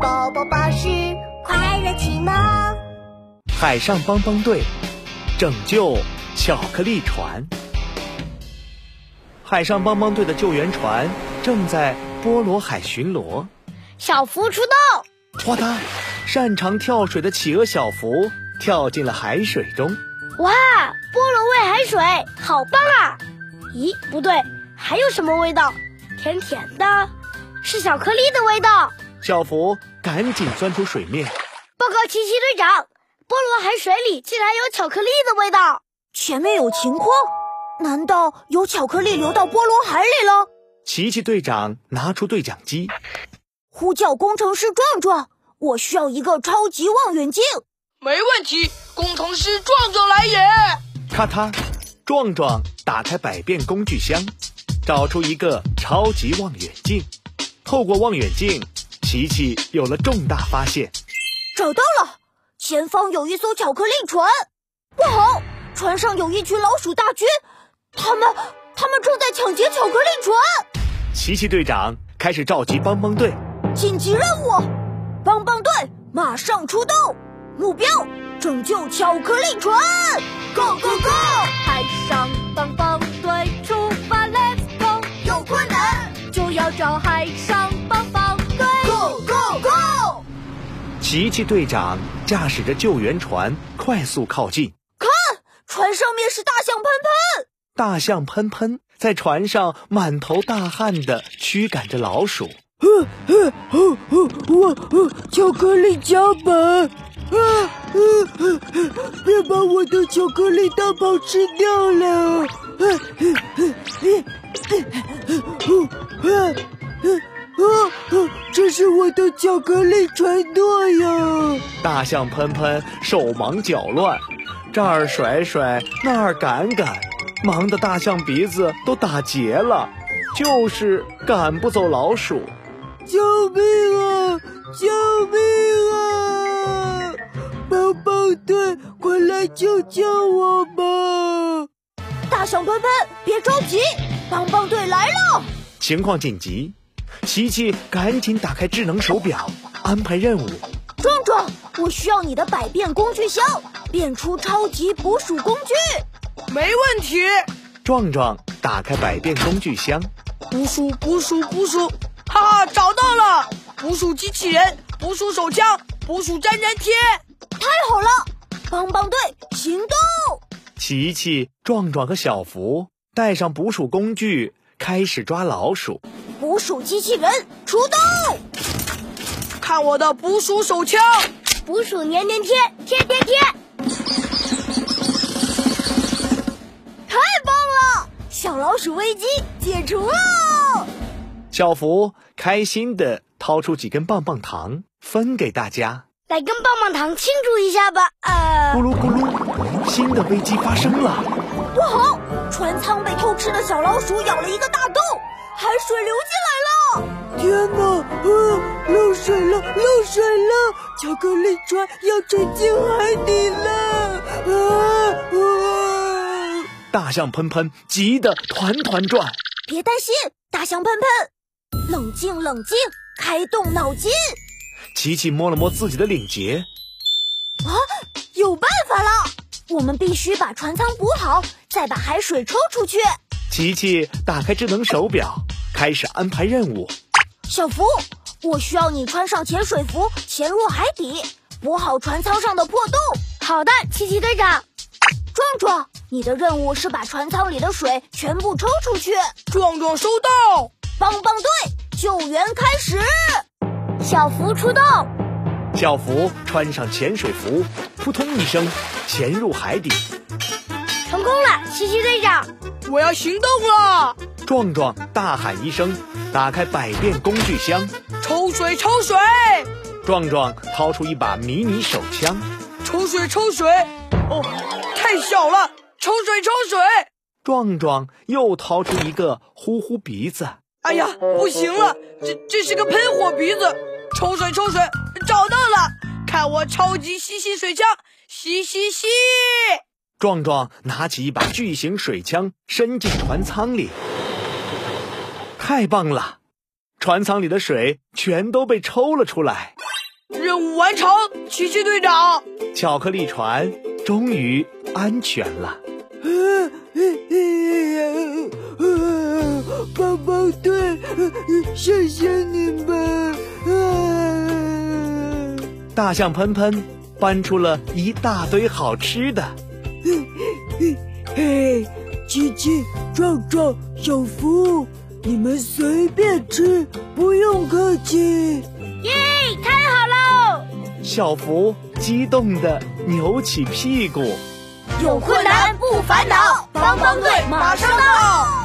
宝宝巴士快乐启蒙。海上帮帮队拯救巧克力船。海上帮帮队的救援船正在波罗海巡逻。小福出动，哗嗒，擅长跳水的企鹅小福跳进了海水中。哇，菠萝味海水，好棒啊！咦，不对，还有什么味道？甜甜的，是巧克力的味道。小福赶紧钻出水面。报告奇奇队长，菠萝海水里竟然有巧克力的味道。前面有情况，难道有巧克力流到菠萝海里了？琪琪队长拿出对讲机，呼叫工程师壮壮，我需要一个超级望远镜。没问题，工程师壮壮来也。咔嗒，壮壮打开百变工具箱，找出一个超级望远镜。透过望远镜，琪琪有了重大发现。找到了，前方有一艘巧克力船。不好，船上有一群老鼠大军，他们他们正在抢劫巧克力船。琪琪队长开始召集帮帮队。紧急任务，帮帮队马上出动，目标拯救巧克力船。Go go go！海上帮帮队出发，Let's go！有困难就要找海上帮帮队。 ，Go go go！琪琪队长驾驶着救援船快速靠近。船上面是大象喷喷。大象喷喷在船上满头大汗的驱赶着老鼠。呃呃哦哦，我哦巧克力胶板，啊呃呃，别把我的巧克力大炮吃掉了！啊呃呃呃哦啊呃哦哦，这是我的巧克力船舵呀！大象喷喷手忙脚乱，这儿甩甩，那儿赶赶，忙得大象鼻子都打结了，就是赶不走老鼠。救命啊！救命啊！帮帮队，快来救救我吧！大象喷喷，别着急，帮帮队来了！情况紧急，琪琪赶紧打开智能手表，安排任务。壮壮，我需要你的百变工具箱，变出超级捕鼠工具。没问题，壮壮打开百变工具箱，捕鼠捕鼠捕鼠，哈哈，找到了！捕鼠机器人，捕鼠手枪，捕鼠粘粘贴。太好了，帮帮队行动！琪琪、壮壮和小福带上捕鼠工具，开始抓老鼠。捕鼠机器人出动！看我的捕鼠手枪，捕鼠粘粘贴，贴贴贴。太棒了，小老鼠危机解除喽！小福开心地掏出几根棒棒糖，分给大家。来根棒棒糖庆祝一下吧。呃，咕噜咕噜，新的危机发生了！不好，船舱被偷吃的小老鼠咬了一个大洞，海水流进来了！天哪，呃，漏水了，漏水了！巧克力船要沉进海底了！啊啊！大象喷喷急得团团转。别担心，大象喷喷，冷静冷静，开动脑筋，琪琪摸了摸自己的领结，有办法了！我们必须把船舱补好，再把海水抽出去。琪琪打开智能手表，开始安排任务。小福，我需要你穿上潜水服，潜入海底，补好船舱上的破洞。好的，奇奇队长。壮壮，你的任务是把船舱里的水全部抽出去。壮壮收到。帮帮队，救援开始！小福出动，小福穿上潜水服，扑通一声潜入海底。成功了，奇奇队长。我要行动了！壮壮大喊一声，打开百变工具箱。抽水，抽水，壮壮掏出一把迷你手枪，抽水，抽水！哦，太小了！抽水，抽水！壮壮又掏出一个呼呼鼻子。哎呀，不行了，这这是个喷火鼻子！抽水，抽水，找到了！看我超级吸吸水枪，吸吸吸！壮壮拿起一把巨型水枪，伸进船舱里。太棒了！船舱里的水全都被抽了出来，任务完成，奇奇队长。巧克力船终于安全了。啊啊！宝宝队，谢谢你们！啊，大象喷喷搬出了一大堆好吃的，嘿，琪琪、壮壮、小福，你们随便吃，不用客气。耶，太好喽！小福激动的扭起屁股。哦有困难不烦恼，帮帮队马上到。